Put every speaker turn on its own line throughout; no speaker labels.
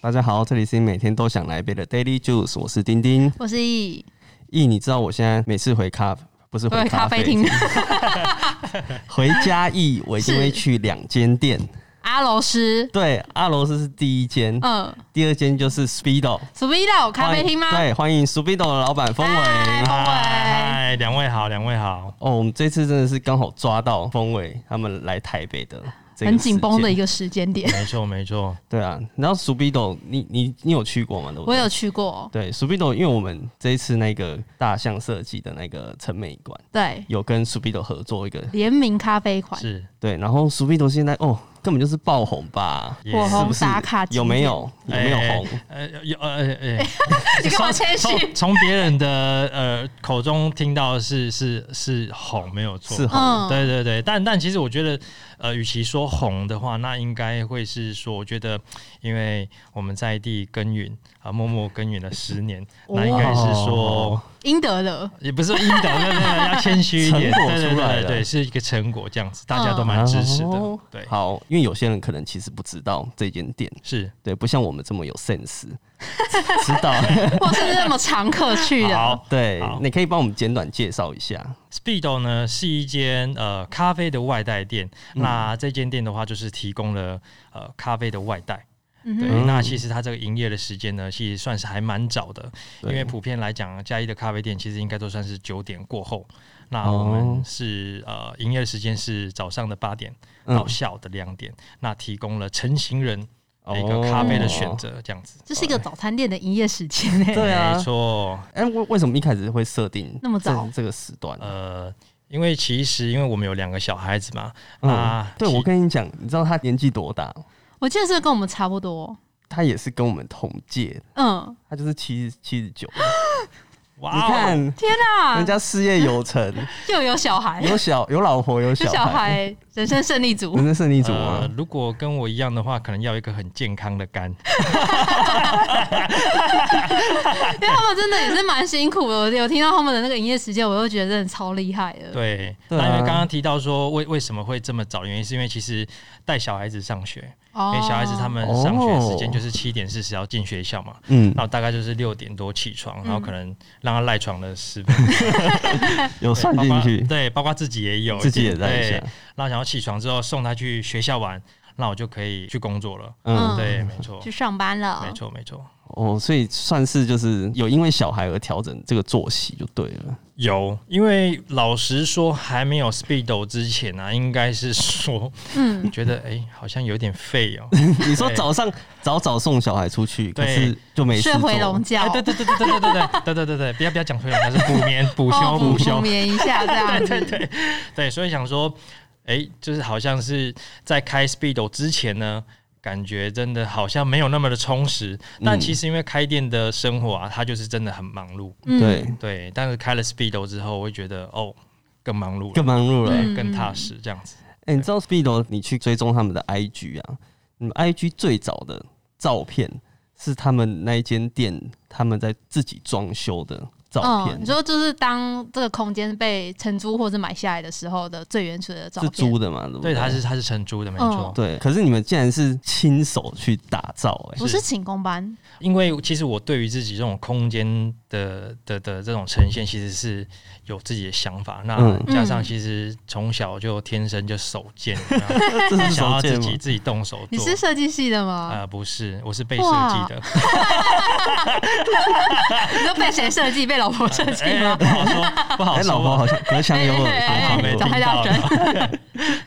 大家好，这里是每天都想来一杯的 Daily Juice，我是丁丁。
我是易，
咦，你知道我现在每次回咖不是回
回咖
咖
啡
啡
厅，
回嘉义，我一定
是
会去两间店。
阿罗斯，
对，阿罗斯是第一间，
嗯
第二间就是 Speedo
s v i l o 咖啡厅吗？
欢迎对，欢迎 Speedo 的老板风
嗨
伟。
风伟
嗨，嗨哎两位好，两位好。
哦，我们这次真的是刚好抓到风伟他们来台北的这个
很紧绷的一
个。
个时间点。
没 错，没错，
对啊，然后 Speedo，你你你有去过吗？对不
我
对
有去过，
对 Speedo，因为我们这一次那个大象设计的那个陈美馆
对，
有跟 Speedo 合作一个
联名咖啡款，
是
对，然后 Speedo 现在哦根本就是爆红吧？
也
火
是
红
不是
打卡
有没？有有没有红？？
哎哎呃，有呃呃，哎
你干嘛谦虚
从从从别人的呃口中听到的是是是红，没有错，
是红
嗯
对对对，但但其实我觉得，呃，与其说红的话，那应该会是说，我觉得，因为我们在地耕耘啊、默默耕耘了十年，那应该是说
哦，
应得的，
也不是说应得，对对对，要谦虚一点，
成果
对
出
对
来
对
了
对对，是一个成果这样子，大家都蛮支持的
哦，
对，
好，因为有些人可能其实不知道这间店，
是。
对，不像我们这么有 sense，知道。
或是那么常客去的，
好
对
好，
你可以帮我们简短介绍一下。
，Speedo 呢是一间呃咖啡的外带店，
嗯
那这间店的话就是提供了呃咖啡的外带。
嗯
对
哼，，
嗯
那其实它这个营业的时间呢，其实算是还蛮早的，因
对
为普遍来讲，嘉义的咖啡店其实应该都算是九点过后。那我
哦
们是、呃营业的时间是早上的八点到下午的两点，那提供了成型人的一个咖啡的选。
哦
择，这样子。
嗯这是一个早餐店的营业时间欸诶，
对啊
没错。
哎、为为什么一开始会设定
那么早
这这个时段？
呃，因为其实因为我们有两个小孩子嘛，
嗯
那，
对，
其
我跟你讲，你知道他年纪多大？
我记得是跟我们差不多，
他也是跟我们同届，
嗯，
他就是七七十九。
哇
你
哦
看，
天 啊
人，家事业有成，
又有小孩，
有小有老婆，有
有
小
小
孩，
孩，人生胜 利组
人，生胜利组
呃
啊！，
如果跟我一样的话，可能要有一个很健康的肝。
因为他们真的也是蛮辛苦的，我有听到他们的那个营业时间，我都觉得真的超厉害的。
对，
对啊
那因为刚刚提到说为为什么会这么早，原因是因为其实带小孩子上学，因
哦
为小孩子他们上学时间就是七点四十要进学校嘛。
嗯
那，我大概就是六点多起床，然后可能让他赖床了十 分钟，
有
对
算
包
进
括
去，
对，包括自己也有，
自己也在一
哎对哎
下。。
那想要起床之后送他去学校玩，那我就可以去工作了。
嗯
嗯，
对，没错，
去上班了，
没错，没错。
哦，所以算是就是有因为小孩而调整这个作息就对了。
有，因为老实说，还没有 Speedo 之前啊，应该是说
嗯，
觉得哎、好像有点废哦、
你说早上早早送小孩出去，可
对
是就没事
睡
做
回笼觉，
哎，对对对对对对对对对对对对，不要不要讲错了，还是补眠补
哦
休
补
补休。
眠一下这样
对
子，
对对，所以想说，哎、就是好像是在开 Speedo 之前呢。感觉真的好像没有那么的充实，但其实因为开店的生活啊，它就是真的很忙碌，
嗯
对，
对。但是开了 Speedo 之后，我会觉得哦，更忙碌了，
更忙碌了。哎、
嗯
更踏实这样子。
你知道 Speedo，你去追踪他们的 IG 啊，你们 IG 最早的照片是他们那一间店他们在自己装修的照片，
嗯，你说就是当这个空间被承租或者买下来的时候的最原始的照
是
片，
租的嘛？对不
对，
对，
它是它是承租的，没
嗯
错。
对。哦可是你们竟然是亲手去打造、哎，
不是请工班，
因为其实我对于自己这种空间的的的这种呈现，其实是有自己的想法。那
嗯
加
嗯
上其实从小就天生就手 贱，
这是
想
手
要自
贱吗
己？自己动手
你
做。
是设计系的吗？
呃，不是，我是被 设计的。
你说被谁设计？被老婆设计
哎
吗？
不好说，不好
哎、
说。
老婆好像隔墙有 耳，隔
哎
墙
好
有
没
耳
懂。
听
早
到
回家。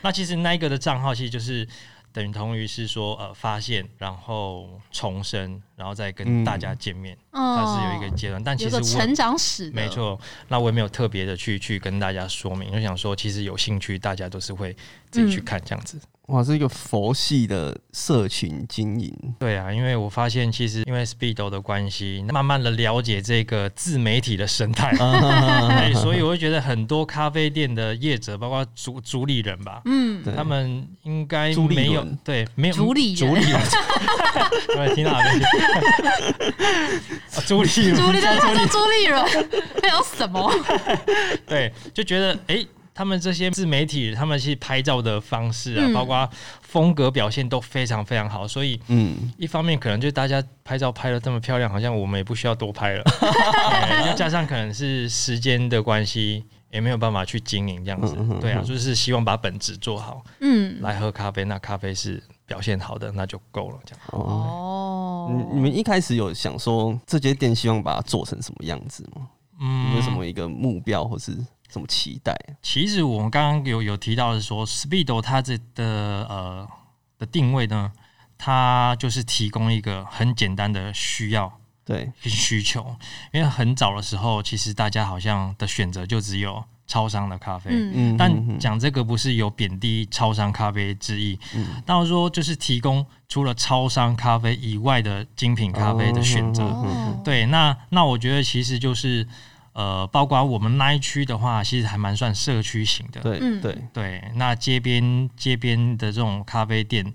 那其实那一个的账号其实就是等同于是说呃发现，然后重生，然后再跟大家见面，
嗯
哎它是有一个阶段。但其
有
实
个
我
成长史的，
没错，那我也没有特别的去去跟大家说明，就想说其实有兴趣，大家都是会自己去看这样子。
哇，是一个佛系的社群经 营，
对啊，因为我发现其实因为 Speedo 的关系，慢慢的了解这个自媒体的生态，
啊
对，所以我会觉得很多咖啡店的业者，包括主主理人吧。
嗯，
对
他们应该
主理
没有
人
对没有
主理人
主理人， 对，听到没？ 啊主理 人
朱丽，这叫朱丽人，还有什么？
对，就觉得哎、诶他们这些自媒体，他们去拍照的方式啊，
嗯
包括风格表现都非常非常好，所以
嗯，
一方面可能就大家拍照拍的这么漂亮，好像我们也不需要多拍了，哎再加上可能是时间的关系，也没有办法去经营这样子
嗯嗯嗯，
对啊，就是希望把本质做好，
嗯，
来喝咖啡，那咖啡是表现好的，那就够了，这样。
哦，
哦，
你你们一开始有想说这间店希望把它做成什么样子吗？有没嗯有什么一个目标或是什么期待？
其实我们刚刚有有提到的是说，Speedo 它这的呃的定位呢，它就是提供一个很简单的需要
对，
跟需求，因为很早的时候，其实大家好像的选择就只有超商的咖啡。
嗯
嗯，嗯
但
嗯
讲这个不是有贬低超商咖啡之意，
嗯
当然说就是提供除了超商咖啡以外的精品咖啡的选择。
嗯
哦，
对，那那我觉得其实就是呃，包括我们那一区的话，其实还蛮算社区型的。
对
嗯
对，
对，那街边街边的这种咖啡店，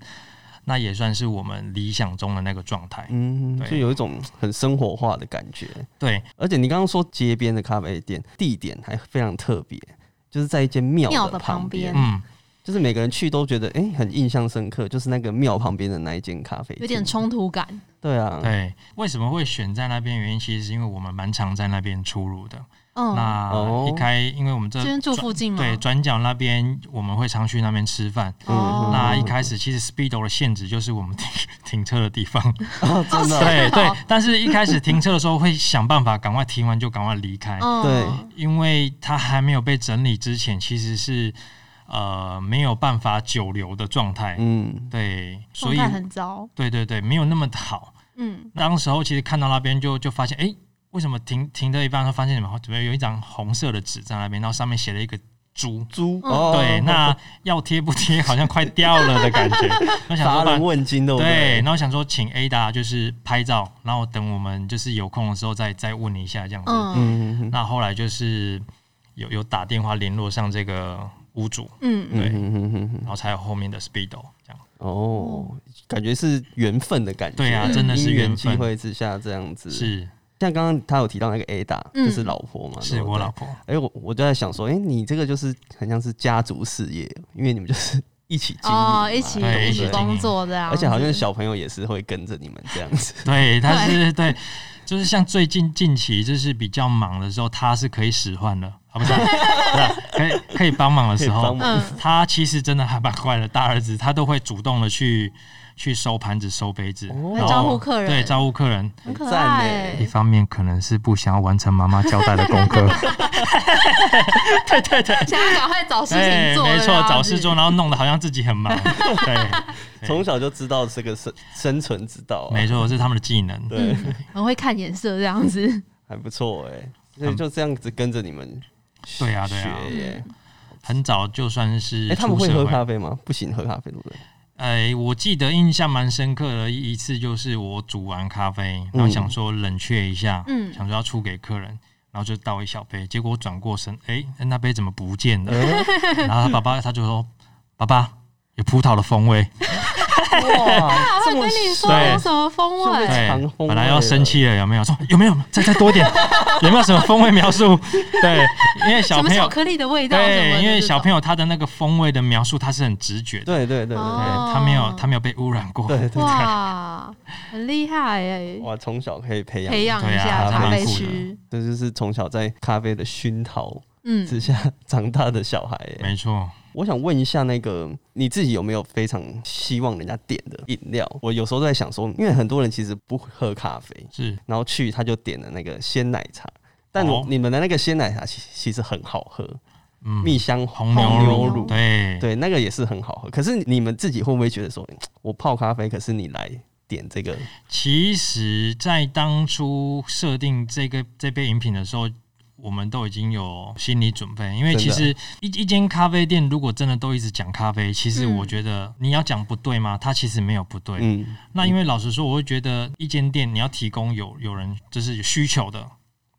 那也算是我们理想中的那个状态。
嗯，
对
就有一种很生活化的感觉。
对，
而且你刚刚说街边的咖啡店，地点还非常特别，就是在一间庙
庙
的
的
旁
旁边
边，
嗯，
就是每个人去都觉得哎、诶很印象深刻，就是那个庙旁边的那一间咖啡店，
有点冲突感。
对啊，
对，为什么会选在那边？原因其实是因为我们蛮常在那边出入的。
嗯，
那
哦
一开，因为我们这
这边住
转
附近吗？
对转角那边，我们会常去那边吃饭。
哦
那一开始其实 Speedo 的限制就是我们停 停车的地方，
哦，真的
对对
好，
但是一开始停车的时候会想办法赶快停完就赶快离开，
嗯
对
因为它还没有被整理之前，其实是呃没有办法久留的状态，
嗯，
对，
状
所以
态很糟。
对对对，没有那么好。
嗯，
当时候其实看到那边就就发现，哎、为什么停停到一半，会发现怎么怎么有一张红色的纸在那边，然后上面写了一个猪。
猪
嗯
哦，
对， 那要贴不贴，好像快掉了的 感觉。我想
乏
说，
人问津的，
对，然后想说请 Ada 就是拍照，然后等我们就是有空的时候再再问一下这样子。
嗯
嗯，嗯
那后来就是有有打电话联络上这个屋主，
嗯，
对
嗯嗯嗯嗯嗯
然后才有后面的 Speedo 这样。
哦，感觉是缘分的感觉，
对啊
嗯
真的是
因缘
缘
机
分
会之下这样子。
是
像刚刚他有提到那个 Ada，
嗯
就是老婆嘛，对
是
不
我
对
老婆，
哎、我我就在想说，哎、你这个就是很像是家族事业，因为你们就是 一起经营嘛、
哦，一起
哎
嗯
对
一
一
起
起经
工
营
作这样子，
而且好像小朋友也是会跟着你们这样子。
对，他是对，就是像最近近期就是比较忙的时候，他是可以使唤的，啊不是啊，不是啊可以可以帮忙的时
可以帮
候
忙，
嗯，
他其实真的还蛮乖的，大儿子他都会主动的去去收盘子、收杯子，
哦
然后
招呼客人
对，招呼客人。
很可
很赞
爱
欸
一
欸。
方面可能是不想要完成妈妈交代的功 课，对对对，
想要赶快找事情
哎，
做，
没
这
错，
样
找
子
事做，。然后弄得好像自己 很忙，对，对
从小就知道这个生生存之道、啊，
没错，这是他们的技能，
对，
很会看颜色这样子。
还不错哎、 所以就这样子跟着你们学
对啊对啊
学耶
嗯
很早就算是
哎、他们
出
会
社
喝咖啡吗？不行，喝咖啡对不对？
哎、我记得印象蛮深刻的一次，就是我煮完咖啡，
嗯
然后想说冷却一下，
嗯
想说要出给客人，然后就倒一小杯，结果我转过身，哎、那杯怎么不见了？
嗯
然后他爸爸他就说：“爸爸，有葡萄的风味。
哇，
他会跟你说
对
有什么风
就”
味？
对
尝风，味
本来要生气了，有没有？说有没有？再再多一点，有没有什么风味描述？对，因为小
什么
朋
巧
友，
克力的味道什么
对，
的？
因为小朋
友
友他的那个风味的描述，他是很直觉的，
对对对对
对
哦
他没有他没有被污染过，
对对对，
哇，很厉害哎
对，哇，从小可以培养
培，养一
对
下
啊
咖啡
还蛮
师。
这就是从小在咖啡的熏陶
嗯，
之下长大的小孩欸耶。
没错。
我想问一下，那个你自己有没有非常希望人家点的饮料？我有时候在想说，因为很多人其实不喝咖啡，
是
然后去他就点了那个鲜奶茶，但
哦
我你们的那个鲜奶茶其其实很好喝，
嗯
蜜香
红
牛
牛
乳
乳，
对
对，那个也是很好喝。可是你们自己会不会觉得说，嗯我泡咖啡，可是你来点这个，
其实，在当初设定这个这杯饮品的时候，我们都已经有心理准备，因为
真
其
的
实一一间咖啡店如果真的都一直讲咖啡，其实
嗯
我觉得你要讲不对吗？它其实没有不对。
嗯，
那因为老实说，我会觉得一间店你要提供有有人就是有需求的，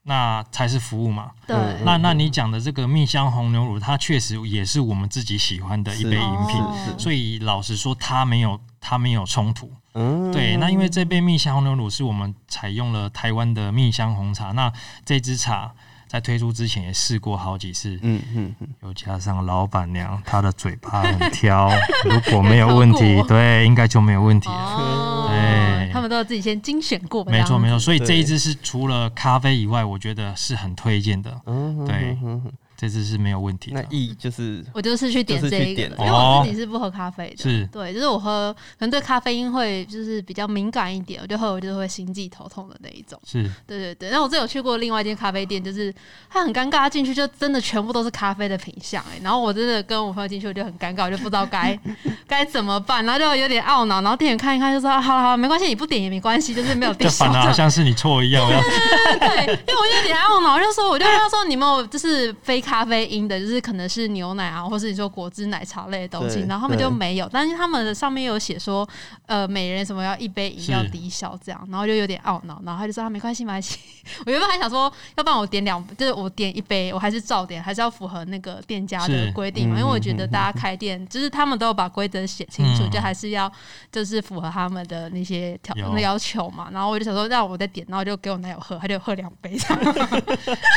那才是服务嘛。
对，
嗯
那那你讲的这个蜜香红牛乳，它确实也是我们自己喜欢的一
是
杯饮品，
哦
是是，
所以老实说，它没有它没有冲突。
嗯，
对，那因为这杯蜜香红牛乳是我们采用了台湾的蜜香红茶，那这支茶在推出之前也试过好几次，
嗯嗯嗯，
又加上老板娘她的嘴巴 很挑，如果没有问题，
哦
对，应该就没有问题了。
哦
对
他们都要自己先精选过，
没错没错，所以
对
这一支是除了咖啡以外，我觉得是很推荐的，
嗯，
对
嗯嗯嗯
这支是没有问题
那
的。
意就是
我就是去点这一个
就是去
的，
点
因为
哦
我自己是不喝咖啡的。
是
对，就是我喝，可能对咖啡因会就是比较敏感一点，我就喝我就会心悸头痛的那一种。
是
对对对，那我之前有去过另外一间咖啡店，就是它很尴尬，它进去就真的全部都是咖啡的品相哎、然后我真的跟我朋友进去我就很尴尬，我就不知道 该该怎么办，然后就有点懊恼，然后店员看一看就说、啊、好了好了，没关系，你不点也没关系，就是没有
这
订
反
到
而好像是你错一 样，我要
对，因为我就有点懊恼，我就说，我就跟他说，你们有就是非咖啡因的，就是可能是牛奶啊，或是你说果汁、奶茶类的东西
对，
然后他们就
对
没有，但是他们的上面有写说，呃，每人什么要一杯饮料
是
抵消这样，然后就有点懊恼，然后他就说啊他没关系，没关系。 我原本还想说，要不然我点两，就是我点一杯，我还是照点，还是要符合那个店家
是
的规定嘛，
嗯
因为我觉得大家开店，就是他们都有把规则写清楚，
嗯
就还是要就是符合他们的那些条
有
那要求嘛。然后我就想说，那我再点，然后就给我男友喝，他就喝两杯这样，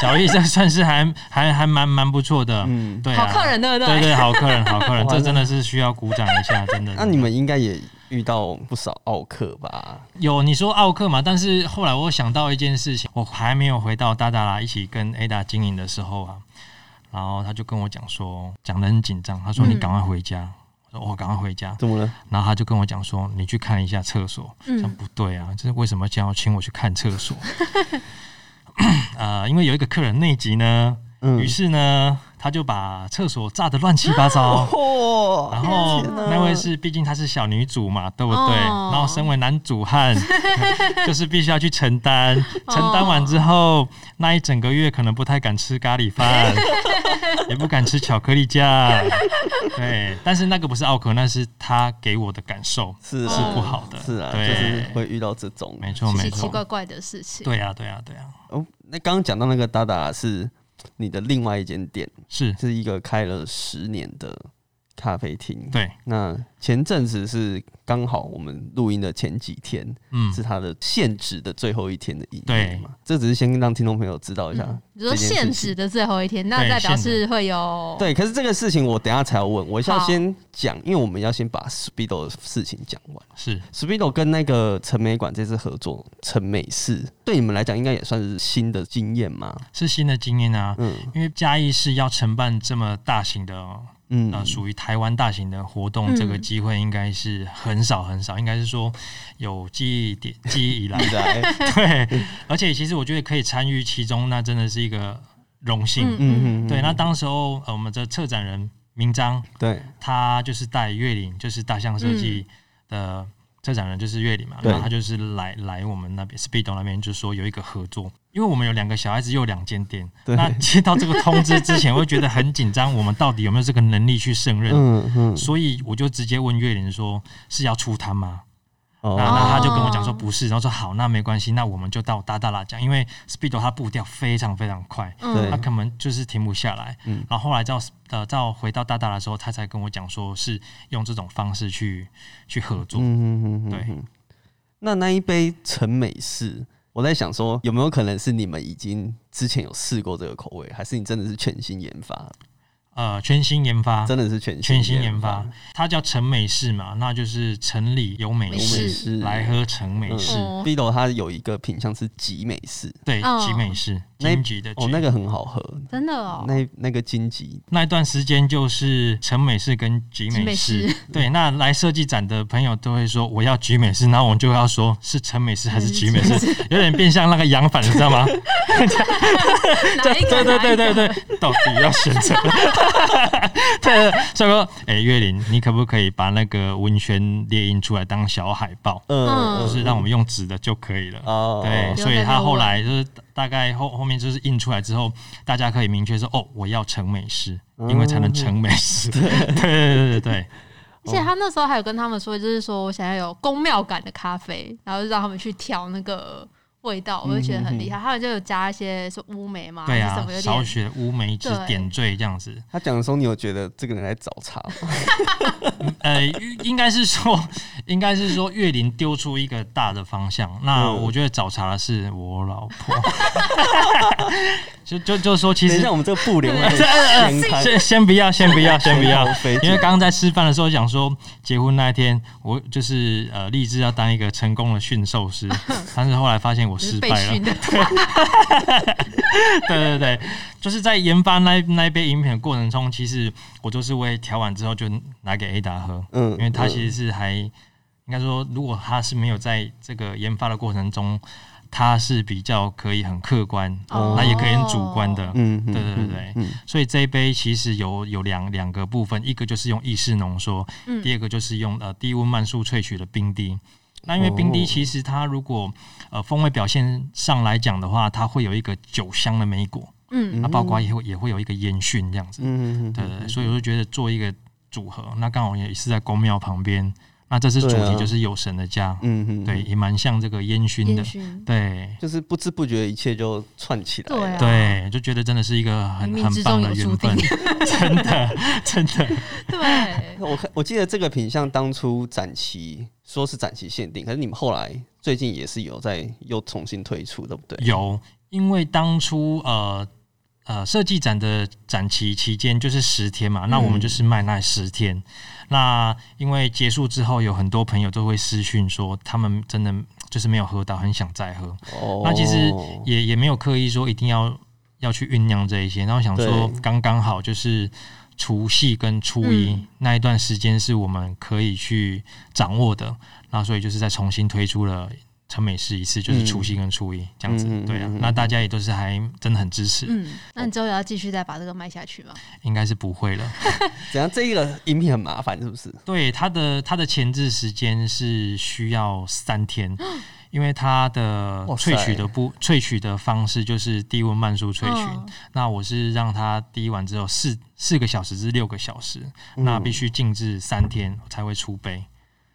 小易这算是还还还蛮蛮不错的，
嗯，
对、啊，
好客人对不
对对，好客人，好客人，
哇
这真的是需要鼓掌一下，真的。
那你们应该也遇到不少奥客吧？
有你说奥克嘛？但是后来我想到一件事情，我还没有回到达达拉一起跟 Ada 经营的时候啊，然后他就跟我讲说，讲的很紧张，他说
嗯
你赶快回家，我说我赶快回家，
怎么了？
然后他就跟我讲说，你去看一下厕所，像
嗯，
不对啊，这是为什么这样要请我去看厕所？ 呃，因为有一个客人内急呢，
嗯
于是呢，他就把厕所炸得乱七八糟。 然
嚯，
后
天哪
那位是，毕竟她是小女主嘛，对不对？
哦
然后身为男 主汉，就是必须要去承担。
哦
承担完之后，那一整个月可能不太敢吃咖喱 饭，也不敢吃巧克力酱。对，但是那个不是奥克，那是他给我的感受
是
是
啊
不好的。
是啊，就
对，
是会遇到这种。
没错没
奇奇
错。
怪怪的事情。
对啊对啊对啊，
哦，那刚刚讲到那个达达是你的另外一间店，
是
是一个开了十年的咖啡厅。
对，
那前阵子是刚好我们录音的前几天，
嗯
是，它的限职的最后一天的营业
对
嘛？这只是先让听众朋友知道一下。
嗯，你说限制的最后一天，那
对
代表
限
是会有嗯
对，可是这个事情我等一下才要问，我要
好
先讲，因为我们要先把 Speedo 的事情讲完。
是
Speedo 跟那个陈美馆这次合作，陈美式对你们来讲应该也算是新的经验嘛？
是新的经验啊。
嗯
因为嘉义市要承办这么大型的
嗯，
呃，属于台湾大型的活动，
嗯
这个机会应该是很少很少，应该是说有记忆点记忆 以来，
对
对，而且其实我觉得可以参与其中，那真的是一个荣幸。
嗯嗯，
对，那
嗯
当时候、呃、我们的策展人明章，
对
他就是带月岭，就是大象设计的策展人，就是月岭嘛，
对
然后他就是来来我们那边 Speedo 那边，就说有一个合作，因为我们有两个小孩子，又有两间店，
对
那接到这个通知之前，我会觉得很紧张，我们到底有没有这个能力去胜 任？
嗯嗯，
所以我就直接问月玲说：“是要出摊吗？”
哦
那那他就跟我讲说
哦
不是，然后说好，那没关系，那我们就到达达拉讲，因为 Speedo 它步调非常非常快，
嗯
对
他
啊
可能就是停不下来。
嗯
然后后来到呃到回到达达拉的时候，他才跟我讲说是用这种方式去去合作。
嗯嗯嗯，
对
嗯。那那一杯陈美式，我在想说，有没有可能是你们已经之前有试过这个口味，还是你真的是全新研发？
呃，全新研发，
真的是全新
全新研
研嗯
发，它叫陈美式嘛，那就是城里有美
美式
式，
式嗯
来喝陈美式，
哦
b i d o 它有一个品相是极美式，
对，
嗯
集美式，
那
金桔的桔
哦，那个很好喝，
真的哦，
那那个金桔，
那一段时间就是陈美式跟集美
集美
式，对，那来设计展的朋友都会说我要集美式，然后我们就要说是陈美式还是集美
嗯
式，有点变相那个扬反，你知道吗？
哪一
对
个？
对对
哪一
对
个，
对， 到底要选择？对，所以说，哎、月玲，你可不可以把那个文宣列印出来当小海报，
嗯，
嗯
就是让我们用纸的就可以了。
哦，
对，
不用
所以
再
他
绕
后
弯
来就是大概后后面就是印出来之后，大家可以明确说哦，我要成美式，因为才能成美
嗯
式。对对 对对对，
而且他那时候还有跟他们说，就是说我想要有宫庙感的咖啡，然后就让他们去调那个味道，我就觉得很厉害。他们就有加一些说乌梅嘛，
嗯对
还是
啊
什么，有
少
点
许乌梅汁
对
点缀这样子。
他讲的时候，你有觉得这个人在找茬吗？
呃，应该是说，应该是说，月林丢出一个大的方向。那
嗯
我觉得找茬的是我老婆， 就就就是说，其
等一
实
下，我们这个不聊
哎哎哎
先开
先先不要，先不要，先不要
先开飞，机
因为刚刚在吃饭的时候讲说，结婚那一天我就是呃立志要当一个成功的驯 兽师，但是后来发现我
就是
失
被
败了
训。的，
对对对，就是在研发那那一杯饮品的过程中，其实我就是会调完之后就拿给 Ada 喝，
嗯
因为他其实是还应该说，如果他是没有在这个研发的过程中，他是比较可以很客观，
哦
那也可以很主观的。
嗯，嗯
对对对，
嗯
所以这一杯其实有有两两个部分，一个就是用意式浓缩，
嗯
第二个就是用呃低温慢速萃取的冰滴。那
哦
因为冰滴其实它如果呃风味表现上来讲的话，它会有一个酒香的梅果，
嗯，
嗯
那包括也会也会有一个烟熏这样子。
嗯嗯嗯
对对对，所以我就觉得做一个组合，那刚好也是在宫庙旁边，那这次主
对啊
题就是有神的家，
嗯嗯，
对，，也蛮像这个烟熏的
烟，熏，
对
就是不知不觉一切就串起来
对
了。
啊，
对，就觉得真的是一个
冥
很
冥之
很棒
中
的
有注
缘
定
分，， 真的真的。
对，
我看我记得这个品相当初展期说是展期限定，可是你们后来最近也是有在又重新推出，对不对？
有，因为当初呃呃设计展的展期期间就是十天嘛，那我们就是卖那十天。那因为结束之后，有很多朋友都会私讯说，他们真的就是没有喝到，很想再喝，
哦
那其实也也没有刻意说一定要要去酝酿这一些。然后想说
对
刚刚好就是。除夕跟初一、
嗯
那一段时间是我们可以去掌握的，那所以就是再重新推出了陈美诗一次，就是
嗯
除夕跟初一这样子。
嗯嗯嗯
对啊
嗯，
那大家也都是还真的很支持，
嗯，那你之后也要继续再把这个卖下去吗？
应该是不会了。
怎样？这一个饮品很麻烦，是不是？
对，它的它的前置时间是需要三天，
嗯
因为它的
哇塞
萃取的不萃取的方式就是低温慢速萃取。
嗯
那我是让它滴完之后四四个小时至六个小时，那必
嗯
须静置三天才会出杯。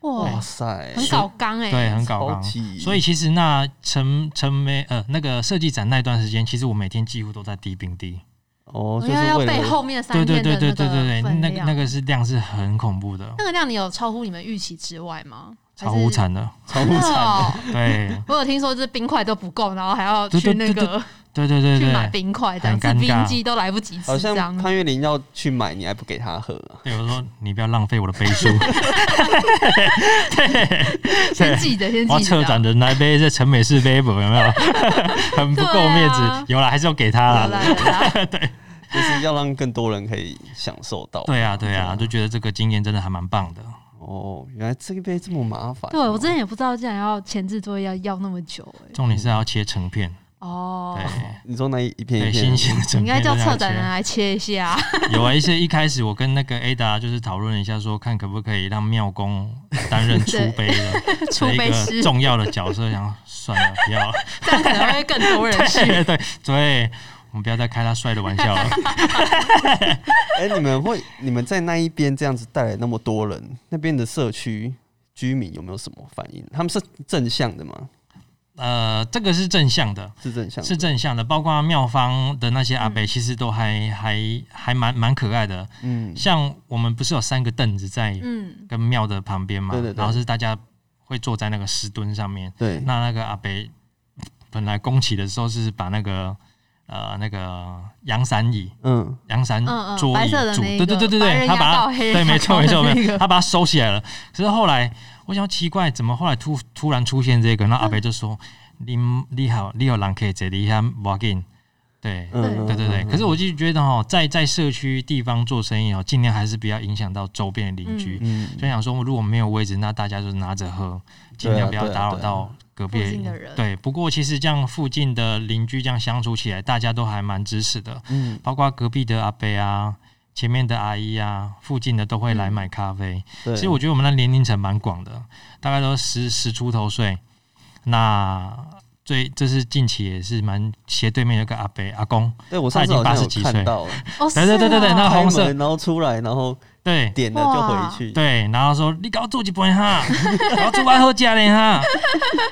哇
哇，
塞，
很搞刚哎，
对，很搞
超
纲。
级，
所以其实那陈陈梅呃那个设计展那段时间，其实我每天几乎都在滴冰滴。
哦，
我
就是
觉得要
为
备
了
后面三
对
天
对
的
对对对
个
对对，那
分
个
量。
那个是量是很恐怖的，
那个量你有超乎你们预期之外吗？还
超
是
乎惨的。
超
真的
惨，
哦
对
我有听说，就是冰块都不够，然后还要
对
去
对
那
对对
个
对对对
去买
对，
冰块，这样子
很尴尬
冰机都来不及
好
吃，这
像
样
潘岳林要去买，你还不给他喝啊？
对我说你不要浪费我的杯 数，
先记着，先
我要
记着
哦策
这样。
展人来杯这陈美式杯有没有？ 很不够
对
面
啊
子，有了还是要给他
好
啦。
啦好啦
就是要让更多人可以享受到。
对啊，对啊，就觉得这个经验真的还蛮棒的。
哦，原来这一杯这么麻烦哦。
对，我之前也不知道，竟然要前置作业要要那么久哎。
重点是要切成片，
哦，
对
你说那一一片
对，
一片
新，鲜的成片。
应该叫策展人
啊。
来切一下。
有啊，一些一开始我跟那个 Ada 就是讨论了一下，说看可不可以让妙公担任出杯的
出杯
这一
师
个重要的角色，然后算了，不要了。
这 样可能会更多人去。
对对对，我们不要再开他帅的玩 笑了。
哎、你们会你们在那一边这样子带来那么多人，那边的社区居民有没有什么反应？他们是正向的吗？
呃，这个是正向的，
是正向的，
是正向的，包括妙方的
嗯
那些阿伯，其实都还还还蛮蛮可爱的。
嗯，
像我们不是有三个凳子在
嗯，
跟庙的旁边嘛
对对，对
然后是大家会坐在那个石墩上面。
对，
那那个阿伯本来供起的时候是把那个呃那个阳伞椅、
嗯，
阳伞
嗯嗯
桌
白
椅
色的
组，
那一
对
个
对对对
白人
对，他
压
把
到
它
黑人
对，没错
压
没
到
错
的那
没
个
错，他把它收起来了。可是后来我想奇怪，怎么后来突突然出现这个？然后阿伯就说：“你你好，你有人可以这里下要紧。”对。
嗯，
对对对，
嗯
可是我就觉得哦，在在社区地方做生意哦，尽量还是不要影响到周边的邻居。
嗯，
所以想说，如果没有位置，那大家就是拿着喝，尽量不要
对啊
打扰到隔壁
附近的人
对，不过其实这样附近的邻居这样相处起来，大家都还蛮支持的，
嗯，
包括隔壁的阿伯啊。前面的阿姨啊，附近的都会来买咖啡。
对，
其实我觉得我们那年龄层蛮广的，大概都十十出头岁。那最这是近期也是蛮斜对面有个阿伯阿公，
对我上次好像有看 到，
哦，
对对对对对
是哦
那
开
红色
门然后出来，然后
对，
点了就回去，
对，然后说你搞做一杯哈， 搞做来喝家呢哈，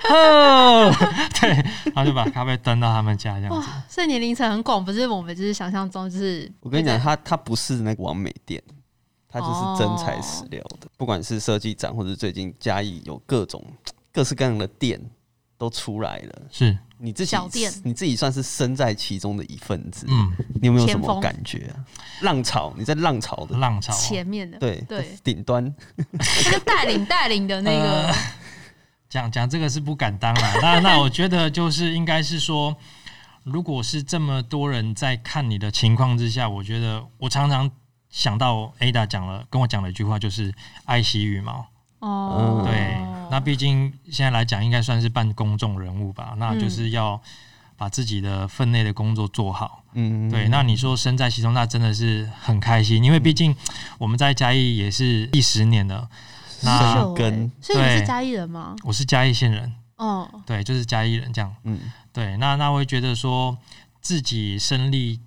哦， 对，然后就把咖啡端到他们家这样子。
哇，所以年龄层很广，不是我们就是想象中就是。
我跟你讲，，它它不是那个完美店，它就是真材实料的。
哦
不管是设计展，或者最近嘉义有各种各式各样的店都出来了，
是，
你自己
小店
你自己算是身在其中的一份子，
嗯，
你有没有什
前
么
锋
感觉啊？浪潮，你在浪潮的
浪潮哦
前面的，
对
对，
顶端，
他就 带领带领的那个
呃，讲讲这个是不敢当啦。那那我觉得就是应该是说，如果是这么多人在看你的情况之下，我觉得我常常想到 Ada 讲了跟我讲了一句话，就是爱惜羽毛。
哦，
呃对，那毕竟现在来讲，应该算是半公众人物吧，那就是要把自己的分内的工作做好。
嗯，
对，那你说身在其中，那真的是很开心，因为毕竟我们在嘉义也是第十年了。那
是
秀欸
跟
所以你是
对
嘉义人吗？
我是嘉义县人，
哦，
对，就是嘉义人这样。
嗯
对，那那我会觉得说自己身历，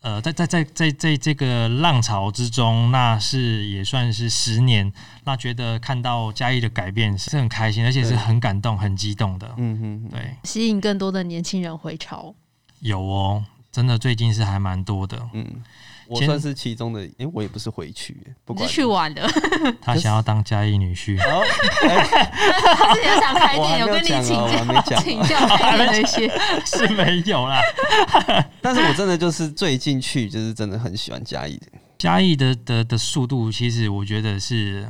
呃，在在在在在这个浪潮之中，那是也算是十年，那觉得看到嘉义的改变是很开心，而且是
对
很感动、很激动的。
嗯嗯，嗯，
对，
吸引更多的年轻人回潮。
有哦，真的最近是还蛮多的，
嗯，我
前
算是其中的，因为我也不是回去，不
你
管
是去玩的，
他想要当嘉义女 婿。
然后哎
他 是也想开
我还没
店，
有
有跟你
讲
请
啊我还没
教
讲啊
请教开店的一些。
是没有啦。
但是我真的就是最近去，就是真的很喜欢嘉义的，
嘉义的的的速度，其实我觉得是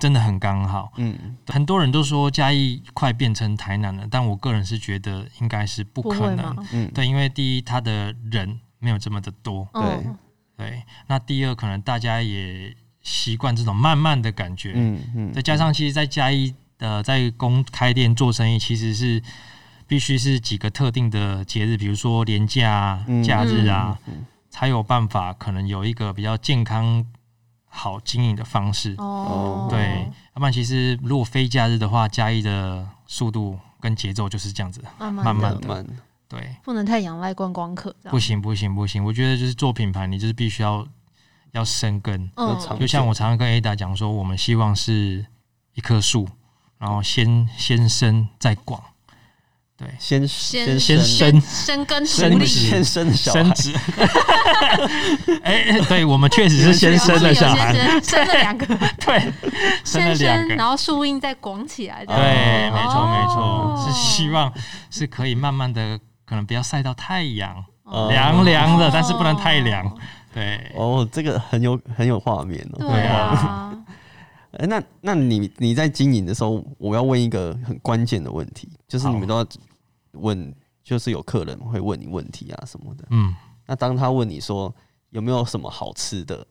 真的很刚好。
嗯，
很多人都说嘉义快变成台南了，但我个人是觉得应该是 不
不
可
会
能
吗。？
嗯，
对，因为第一，它的人没有这么的多。
嗯，
对，那第二，可能大家也习惯这种慢慢的感觉。
嗯嗯，
再加上，其实，在嘉义呃，在公开店做生意，其实是必须是几个特定的节日，比如说年假、啊
嗯、
假日啊，
嗯，嗯
才有办法可能有一个比较健康、好经营的方式。
哦，
对，要啊不然其实如果非假日的话，嘉义的速度跟节奏就是这样子。
慢
慢
慢
慢
的
慢慢，
对，
不能太仰赖观光客，这样
不行不行不行，我觉得就是做品牌，你就是必须要要生根。
嗯
要长
就像我常常跟 Ada 讲说，我们希望是一棵树，然后先先生再广，对，
先
先
先
生
生
深耕土
生
里，
殖
先生的小
生
孩，
子。 哎、对，我们确实是先生了小孩，
有些是生了两个，
对，生了
先
两
生，
个。
然后树荫再广起来，这样
对，没错没
哦
错，是希望是可以慢慢的，可能不要晒到太阳，
哦
凉凉的，但是不能太凉。。对，
哦，这个很有很有画面哦。
对啊，
哎，那那你你在经营的时候，我要问一个很关键的问题，就是你们都要问，就是有客人会问你问题啊什么的。
嗯，
那当他问你说有没有什么好吃的，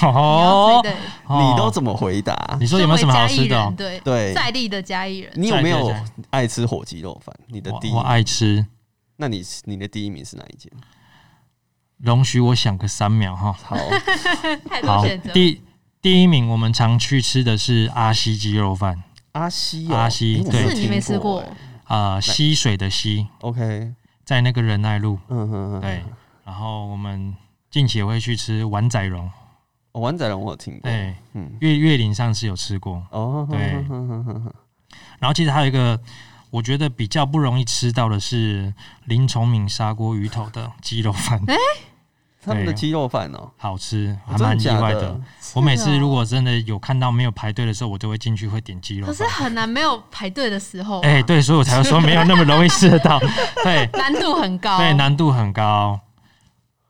哦
你要自，己的
你都
哦
怎么回答？
你说有没有什么好吃的
身为？嘉义
哦
人
对
对，，在地的嘉义人，
你有没有
在在在
爱吃火鸡肉饭？你的
我
第一
我，爱吃，
那你你的第一名是哪一间？
容许我想个三秒哈。
好，
太多
好
选，择。
第第一名我们常去吃的是阿西鸡肉饭，
阿西哦，
阿西
诶我有
对
是你没吃
听
过
哎
啊，溪水的溪，
OK，
在那个仁爱路。
嗯嗯嗯，
对，然后我们近期也会去吃碗仔蓉，
哦，丸仔龙我有听过，
对，
嗯，
月月岭上次有吃过。
哦，
对
哼哼哼哼哼
然后其实还有一个，我觉得比较不容易吃到的是林崇敏砂锅鱼头的鸡肉饭，
他们的鸡肉饭哦，
好吃，还
真的
蛮意
假
外
的
的。我每次如
果
果真的有看到没有排队的时候，我就会进去会点鸡肉
可是啊
饭。
很难没有排队的时候，
哎、对，所以我才会说没有那么容易吃 得到。对
难度很高。
对，难度很高。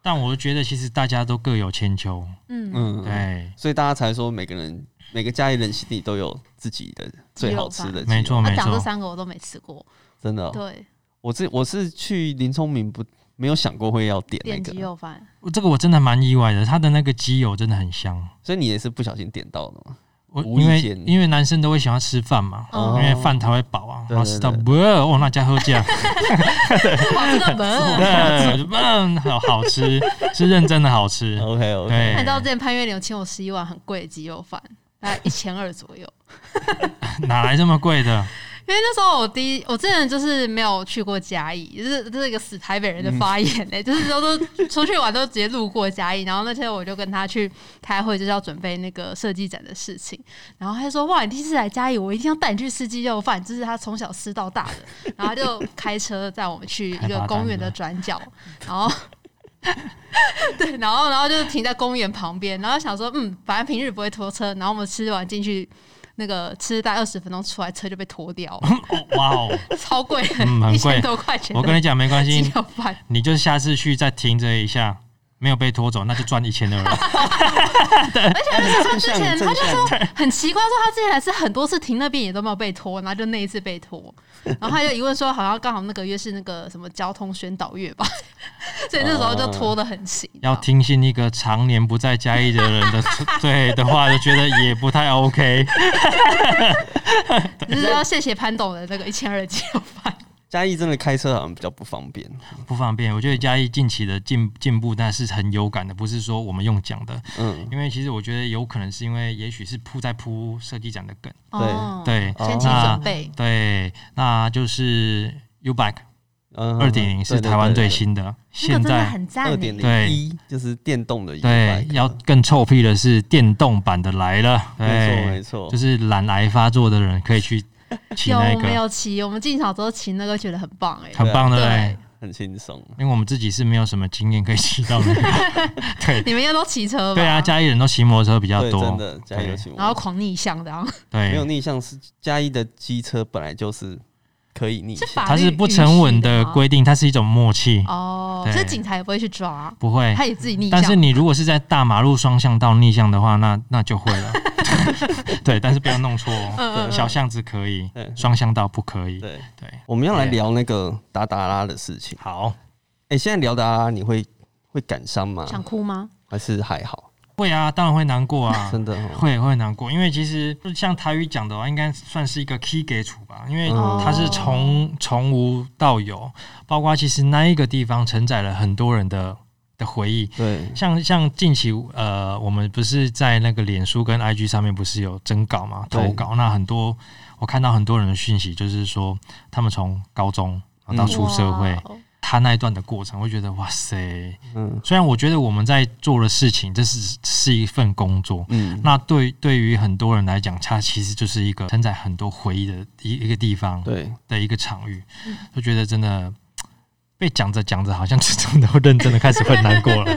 但我觉得其实大家都各有千秋，
嗯，
嗯，，
对，
所以大家才说每个人每个家里人心里都有自己的最好吃的鸡肉，
没错
他
没
讲这
错。
三个我都没吃过，
真的哦。
对，
我是我是去林聪明不没有想过会要点那
点鸡
个，
肉饭，
这个我真的蛮意外的，它的那个鸡油真的很香。
所以你也是不小心点到的嘛？
我
无意
因为
间
因为男生都会喜欢吃饭嘛，
哦
因为饭才会饱啊，
对
然后吃到
对
不饿哦，那家伙 酱，
好吃到本。
嗯，好好吃，是认真的好吃。
OK OK，
那你
对
知，道之前潘月玲有请我吃一碗很贵的鸡肉饭，大概一千二左右。
哪来这么贵的？
因为那时候我第一，我之前就是没有去过嘉义，就是这是一个死台北人的发言呢、 就是都都出去玩都直接路过嘉义，然后那天我就跟他去开会，就是要准备那个设计展的事情，然后他就说：“哇，你第一次来嘉义，我一定要带你去吃鸡肉饭，这是他从小吃到大的。”然后他就开车载我们去一个公园的转角，然后。 对，然后然后就停在公园旁边，然后想说，嗯，反正平日不会拖车，然后我们吃完进去那个吃大概二十分钟出来，车就被拖掉了，
哦哇哦，
超贵，
嗯很
一
贵
千多块钱。
我跟你讲没关
鸡
系，
肉 饭，
你就下次去再停着一下，没有被拖走，那就赚一千 二。
而且而且他之
正
前
向
他就说很奇怪，说他之前来是很多次停那边也都没有被拖，然后就那一次被拖，然后他就疑问说好像刚好那个月是那个什么交通宣导月吧， 所以那时候就拖得很勤。啊
哦要听信一个常年不在嘉义的人 的对的话，就觉得也不太 OK。
就是要谢谢潘董的那个一千二的鸡肉饭。
嘉义真的开车好像比较不方便。
不方便。我觉得嘉义近期的进进步，但是很有感的，不是说我们用讲的，
嗯，
因为其实我觉得有可能是因为，也许是铺在铺设计展的梗，
对
哦，
对
前期
那
准备，
对，那就是 U Bike 二
二
点零是台湾最新的，
那
现
个真的
在
很赞
二
欸，
点零
对
一就是电动的 U
对
bike
要更臭屁的是电动版的来了，
没错
对
没，错，
哎就是懒癌发作的人可 以去骑
哦有
那
我们
个，
有骑，我们进场之后骑那个觉得很棒哎、
很棒的
对
嘞。
很轻松。
因为我们自己是没有什么经验可以骑到 那个，对
你们应该都骑车吧？
对啊，嘉义人都骑摩托车比较
对，
多
真，的嘉义有请
然后
我。
狂逆向的，然后
对，
没有逆向是嘉义的机车本来就是可以逆
是
向，
法律
它是不成文的
啊
规定，它是一种默契
允许的吗，哦，
对
所以警察也不会去抓，
不会。
他也自己逆向。
但是你如果是在大马路双向道逆向的话，那那就会 了。对，但是不要弄错哦，
嗯嗯嗯
小巷子可以
对，
双向道不可以。
对，
对，
我们要来聊那个达达拉的事情。
好，
哎，现在聊达达拉，你会会感伤吗？
想哭吗？
还是还好？
会啊，当然会难过 啊，
真的 哦，
会会难过，因为其实就像台语讲的话，应该算是一个 key 给处吧，因为
嗯
它是从从无到有，包括其实那一个地方承载了很多人的的回忆，
对，
像像近期呃，我们不是在那个脸书跟 IG 上面不是有征稿嘛，
对
投稿。那很多我看到很多人的讯息，就是说他们从高中然后到
嗯
出社会，
哇哦
他那一段的过程，我觉得哇塞！
嗯
虽然我觉得我们在做的事情，这是是一份工作。
嗯，
那对对于很多人来讲，它其实就是一个承载很多回忆的一一个地方
对，
的一个场域
嗯，
就觉得真的被讲着讲着，好像就真的会认真的开始会难过了。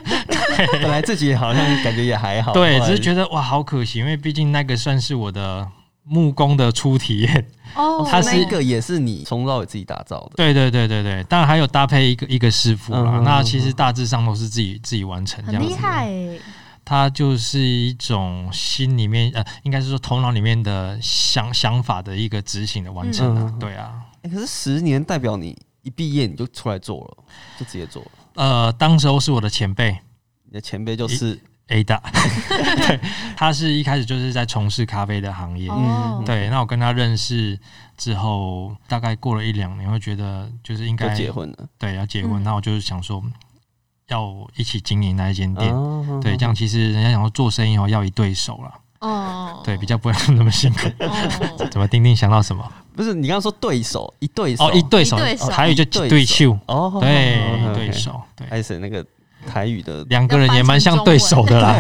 本来自己好像感觉也 还好，啊
对，只是
得
觉得哇，好可惜，因为毕竟那个算是我的木工的初体验。
哦，
他
那
是
一个也是你从头到尾自己打造的，
对对对对对，当然还有搭配一个一个师傅啦。
嗯
那其实大致上都是自己自己完成这
很
样
厉
子。
害哎、
它就是一种心里面呃，应该是说头脑里面的想想法的一个执行的完成啊。
嗯
对啊，
欸可是十年代表你一毕业你就出来做了，就直接做了。
呃，当时候是我的前辈。
你的前辈就是，
A 大，对，他是一开始就是在从事咖啡的行业，
哦，
嗯对，那我跟他认识之后，大概过了一两年，会觉得就是应
就
该
结婚了。
对，要结婚，
嗯
那我就是想说要一起经营那一间店。
哦
对，这样其实人家想说做生意哦，要一对手啦，
哦，
对，比较不会那么辛 苦。
哦，
怎么丁丁想到什么？
不是你刚刚说对手一对手啊
哦，一对手
一对，手
哦台语就
一对
一对
手
手，
哦
对，一对
对手，
手，对，
艾神那个台语的
两个人也蛮像对手的啦，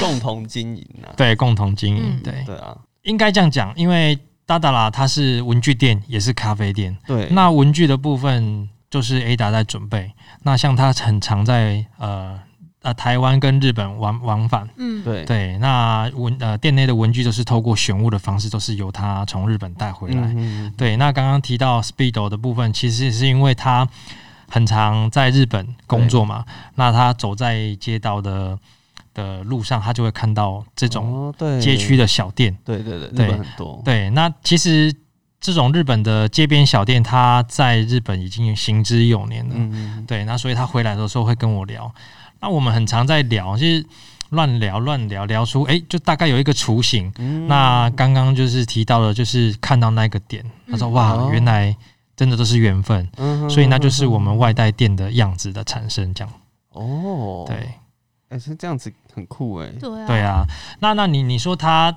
共同经营啊，
对，共同经营，
嗯
对，
对啊，
应该这样讲，因为达达啦，它是文具店，也是咖啡店，
对，
那文具的部分就是 Ada 在准备。那像他很常在呃呃台湾跟日本往往返。
嗯，
对
对，那文呃店内的文具都是透过选物的方式，都是由他从日本带回来。
嗯嗯
对，那刚刚提到 Speedo 的部分，其实是因为他很常在日本工作嘛，那他走在街道的的路上，他就会看到这种
哦对
街区，的小店。
对对对，
对
日本很多，
对，那其实这种日本的街边小店，它在日本已经行之有年了。
嗯，嗯
对，那所以他回来的时候会跟我聊，那我们很常在聊，就是乱聊乱聊聊出，哎、就大概有一个雏形。
嗯
那刚刚就是提到了，就是看到那个点，他说
嗯
哇，
哦
原来真的都是缘分，
嗯
所以那就是我们外带店的样子的产生，这样。
哦，
对
哎，是这样子很酷哎，
对啊，
对啊，那那你你说他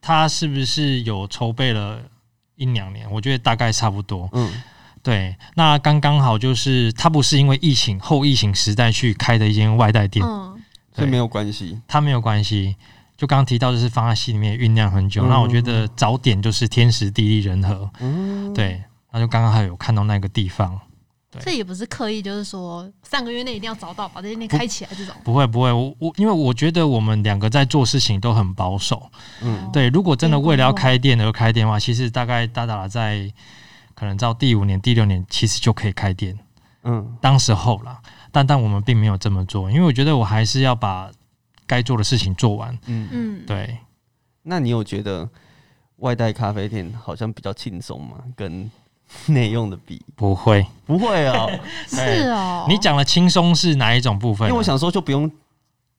他是不是有筹备了一两年？我觉得大概差不多。
嗯，
对，那刚刚好就是他不是因为疫情后疫情时代去开的一间外带店，
嗯，
所以
对
没有关系，
他没有关系。就刚刚提到，就是放在心里面酝酿很久。
嗯
那我觉得早点就是天时地利人和，
嗯，
对。那就刚刚还有看到那个地方，对
这也不是刻意，就是说三个月内一定要找到把这间店开起来这种。
不会不会，我我因为我觉得我们两个在做事情都很保守。
嗯
对，如果真的
嗯
为了要
对
开店而开店的话，其实大概大大在可能到第五年、第六年，其实就可以开店。
嗯
当时候啦，但但我们并没有这么做，因为我觉得我还是要把该做的事情做完。
嗯。
嗯，
对，
那你有觉得外带咖啡店好像比较轻松吗？跟内用的比，
不会。
不会啊，
是哦。
哎你讲的轻松是哪一种部分啊
因
呢？
为我想说就不用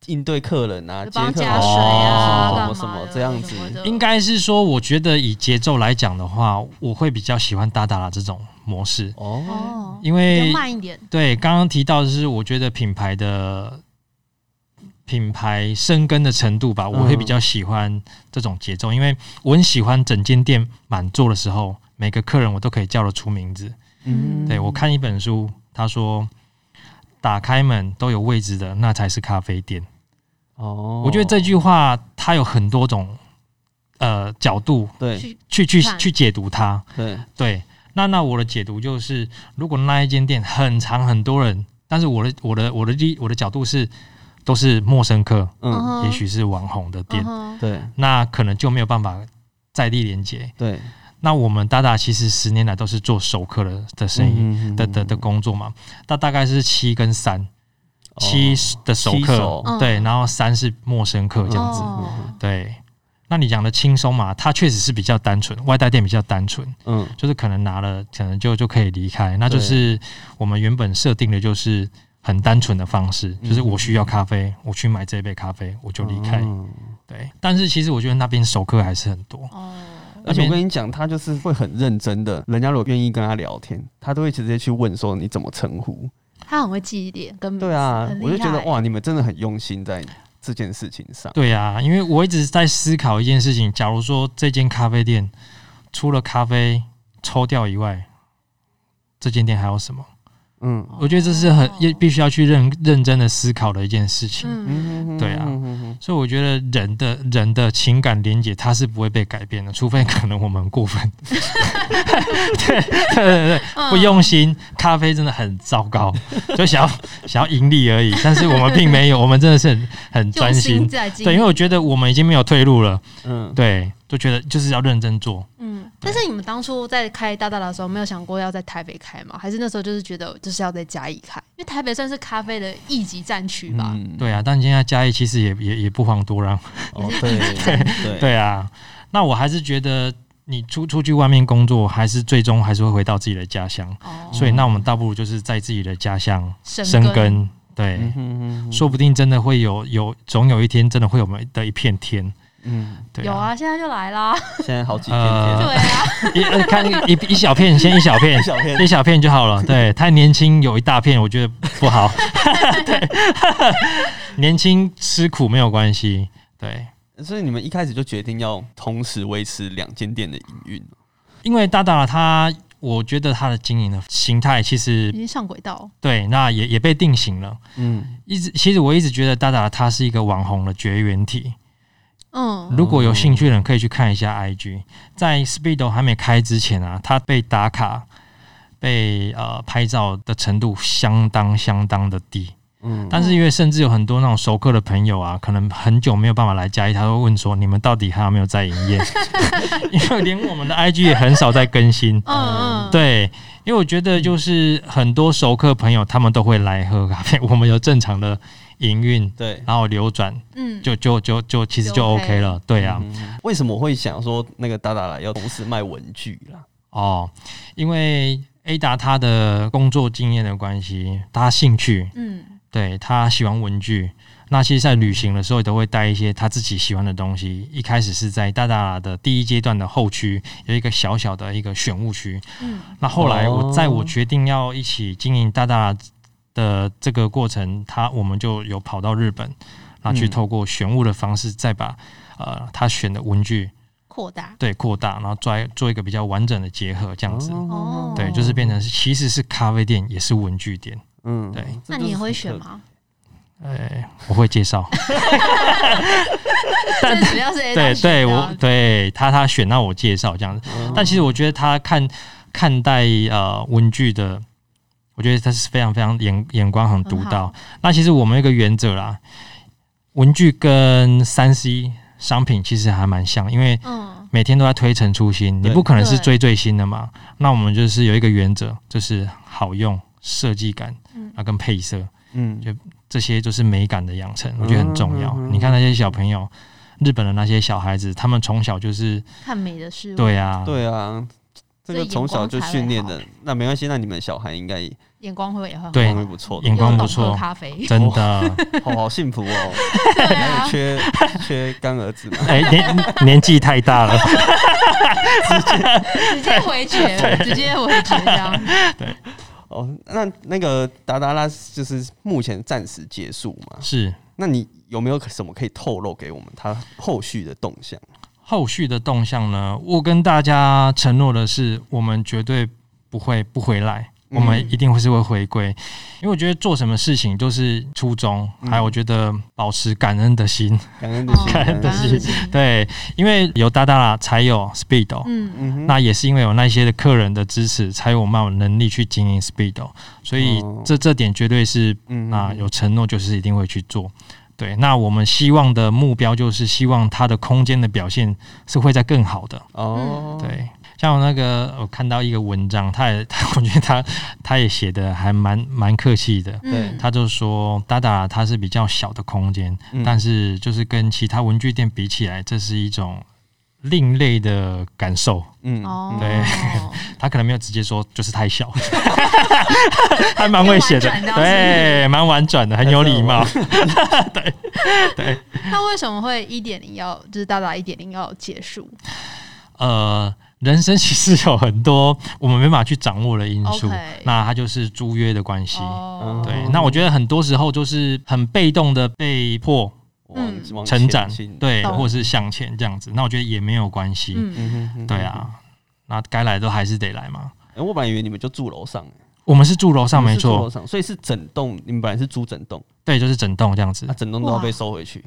应对客人啊，接
帮
客人
加
啊
水啊，
什么
干嘛
什么
的
这样子
什么的
应该是说，我觉得以节奏来讲的话，我会比较喜欢达达拉这种模式，
哦，
哦，
因
比
为
较慢一点。
对刚刚提到的是，我觉得品牌的品牌生根的程度
嗯
吧，我会比较喜欢这种节奏，因为我很喜欢整间店满座的时候，每个客人我都可以叫得出名字。
嗯
对我看一本书，他说。打开门都有位置的，那才是咖啡店。
哦
我觉得这句话它有很多种呃角度
对
去
去去
看
去解读它。
对
对，那那我的解读就是，如果那一间店很长很多人，但是我的我的我的立我的角度是都是陌生客，
嗯
哦
也许是网红的店，
嗯哼
对
那可能就没有办法在地连接。
对
那我们大大其实十年来都是做熟客的的
嗯
生意、
意
的的的工作嘛，那大概是七跟三，哦
哦
七的熟客，
嗯
对，然后三是陌生客这样子，
哦
对。那你讲的轻松嘛，它确实是比较单纯，外带店比较单纯，
嗯
就是可能拿了，可能就就可以离开。那就是我们原本设定的，就是很单纯的方式，
嗯
就是我需要咖啡，我去买这杯咖啡，我就离开。
嗯
对，但是其实我觉得那边熟客还是很多，
哦，
而且我跟你讲，他就是会很认真的，人家如果愿意跟他聊天，他都会直接去问说你怎么称呼。
他很会记忆点，跟
对啊
嗯很，厉
我就觉得
害
哇，你们真的很用心在这件事情上。
对呀、因为我一直在思考一件事情，假如说这间咖啡店除了咖啡抽掉以外，这间店还有什么？
嗯
我觉得这是很
哦
也必须要去认认真的思考的一件事情。
嗯，
嗯，
对啊
嗯哼哼
所以我觉得人的人的情感连接，它是不会被改变的，除非可能我们很过 分，对对对对，
嗯
不用心。咖啡真的很糟 糕，就想要想要盈利而已，但是我们并没有，我们真的是很很
用
专心。
在经
对，因为我觉得我们已经没有退路了，
嗯，
对，就觉得就是要认真做。
嗯，但是你们当初在开大大的时候，没有想过要在台北开吗？还是那时候就是觉得就是要在嘉义开？因为台北算是咖啡的一级战区吧。
嗯
对啊，但现在嘉义其实也也也不遑多让。
哦对对
对啊，那我还是觉得你出出去外面工作，还是最终还是会回到自己的家乡。
哦，
所以那我们倒不如就是在自己的家乡
深
生根，对，
嗯哼哼哼
说不定真的会有有，总有一天真的会有我们的一片天，
嗯，
对、
有
啊，
啊，现在就来啦。
现在好几天
呃
天
对啊，
一呃看一一小片，先一小片
一 ，小片
一小片就好了，对，太年轻有一大片，我觉得不好，对， 年轻吃苦没有关系，对。
所以你们一开始就决定要同时维持两间店的营运，
因为大大他，我觉得他的经营的形态其实
已经上轨道。
对，那也也被定型了。
嗯，
一直其实我一直觉得大大他是一个网红的绝缘体，
嗯，
如果有兴趣的人可以去看一下 IG，在 Speedo 还没开之前啊，它被打卡、被呃拍照的程度相当相当的低。
嗯
但是因为甚至有很多那种熟客的朋友啊，可能很久没有办法来嘉义，他会问说你们到底还有没有在营业？ 因为连我们的 IG 也很少在更新。
嗯嗯，，
对，因为我觉得就是很多熟客朋友他们都会来喝咖啡，我们有正常的营运，
对，
然后流转，
嗯，
就就就就其实就
就 OK
OK 了。对啊。
嗯哼为什么我会想说那个达达来要同时卖文具啦？
哦，因为 A 达他的工作经验的关系，他兴趣，
嗯，
对他喜欢文具。那其实，在旅行的时候也都会带一些他自己喜欢的东西。一开始是在大大的第一阶段的后区有一个小小的一个选物区。
嗯，
那后来我
哦
在我决定要一起经营大大的这个过程，他我们就有跑到日本，那去
嗯
透过选物的方式，再把呃他选的文具
扩大。
对扩大，然后再做一个比较完整的结合，这样子。
哦
对，就是变成是其实是咖啡店，也是文具店。
嗯
对
那你也会选？ 吗？
哎，我会 介绍，
但主要是 A
对
大选
对，
的
我
啊
对他他选，那我介绍这样子。但其实我觉得他看看待呃文具的我觉得他是非常非常眼眼光很独
很
到
好。
那其实我们有一个原则啦，文具跟三 C 商品其实还蛮像，因为
嗯，
每天都在推陈出新，你
对
不可能是
对
追最新的嘛。那我们就是有一个原则，就是好用、设计感
嗯，
啊跟配色，
嗯
就这些就是美感的养成，我觉得很重要。
嗯嗯嗯
你看那些小朋友，日本的那些小孩子，他们从小就是
看美的事物，
对啊，
对啊，这个
所以
从小就训练
眼
的，那没关系，那你们小孩应该也
眼光会也会
对
发
很
挥
好
不错的，
眼光不
又懂
错
喝，咖啡，
真的。
哦，好幸福哦，
对
还
啊
有，缺缺干儿子嘛，
哎、 年年纪太大了，
直接回 绝，直接回绝这样。
哦，那那个达达拉就是目前暂时结束嘛，
是
那你有没有什么可以透露给我们他后续的动向？
后续的动向呢？我跟大家承诺的是，我们绝对不会不回来，
嗯
我们一定会是会回归，因为我觉得做什么事情都是初衷，
嗯
还有我觉得保持感恩的心，
感恩的
哦
心，
感恩的
感
心
心，
对，因为有达达啦，才有 Speed，、哦
嗯，
嗯哼，
那也是因为有那些的客人的支持，才有我们有能力去经营 Speed，、哦所以
哦
这这点绝对是
嗯
那有承诺就是一定会去做。对，那我们希望的目标就是希望它的空间的表现是会在更好的。
哦，
嗯
对，像我那个我看到一个文章，他也 他我觉得他他也写的还蛮蛮客气的。
对
嗯，
他就说，达达它是比较小的空间，
嗯
但是就是跟其他文具店比起来，这是一种另类的感受。
嗯
哦，
对他可能没有直接说就是 太小，还蛮会写的
蛮婉转，的哦
对，蛮婉转的，很有礼 貌。
那为什么会一点零要就是到达一点零要结束
呃，人生其实有很多我们没办法去掌握的因素
OK
那它就是租约的关系。
哦
嗯
对，那我觉得很多时候就是很被动的被迫
往
嗯
往
成长
前进，
对，
懂
或是向前这样子。那我觉得也没有关系，
嗯，
嗯哼嗯哼
对啊，那该来都还是得来嘛。
哎、我本来以为你们就住楼上、欸，
我们是住楼上没
你们是住楼
错，
上，所以是整栋，你们本来是租整栋，
对，就是整栋这样子
那、，整栋都要
哇
被收回去。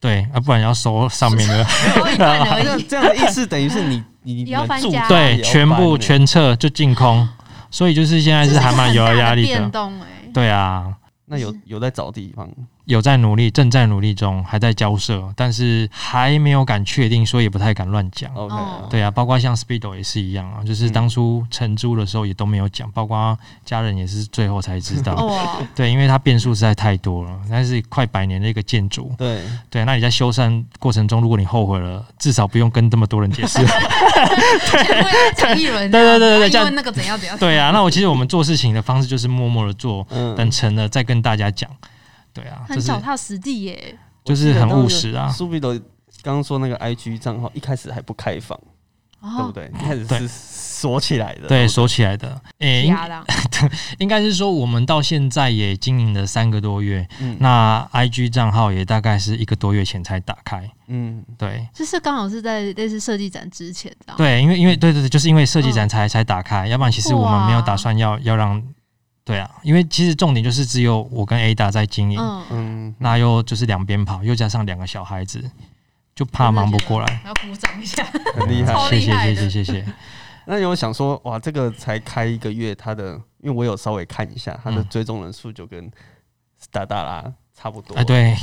对，啊，不然要收上面的，
有一半而
那
已，
这样的意思等于是你 你
也要
们
搬
住
家嗯
家
对，
也要
全
搬
部
欸
全撤就净空，所以就是现在是还蛮有压力
这是一个很大的变
的，
动哎，
对啊，
那有有在找地方，
有在努力，正在努力中，还在交涉，但是还没有敢确定，所以也不太敢乱讲。
OK，、
哦
对啊，包括像 Speedo 也是一样啊，
嗯
就是当初承租的时候也都没有讲，包括家人也是最后才知道。
哇，
对，因为它变数实在太多了，那是快百年的一个建筑。
对，
对，啊那你在修缮过程中，如果你后悔了，至少不用跟这么多人解释。
全部要讲一轮，
对对对对
这
对这
样啊因
样
为那个怎样怎样，
对啊，那我其实我们做事情的方式就是默默的做，
嗯，
等成了再跟大家讲。对啊，
很
这是
脚踏实地耶，
就是很务实啊。
苏比的刚刚说那个 IG 账号一开始还不开放，对不
哦，
对？一开始
对
是锁起来的，
对，锁起来的。诶、应
呀啦，
应该是说我们到现在也经营了三个多月，
嗯
那 IG 账号也大概是一个多月前才打开。
嗯，
对
就是刚好是在类似设计展之前这样，
对，因为因
嗯
为对对对，就是因为设计
嗯
展才、才打开，要不然其实我们没有打算要要让。对啊，因为其实重点就是只有我跟 Ada 在经营，
嗯，
嗯，
那又就是两边跑，又加上两个小孩子，就怕忙不过来。
我要鼓掌一下，
很厉害
超。
谢
厉
谢
害
谢
的
谢谢谢。
那有想说，哇，这个才开一个月，他的，因为我有稍微看一下，他的
嗯
追踪人数就跟达达拉差不多。
哎，，对，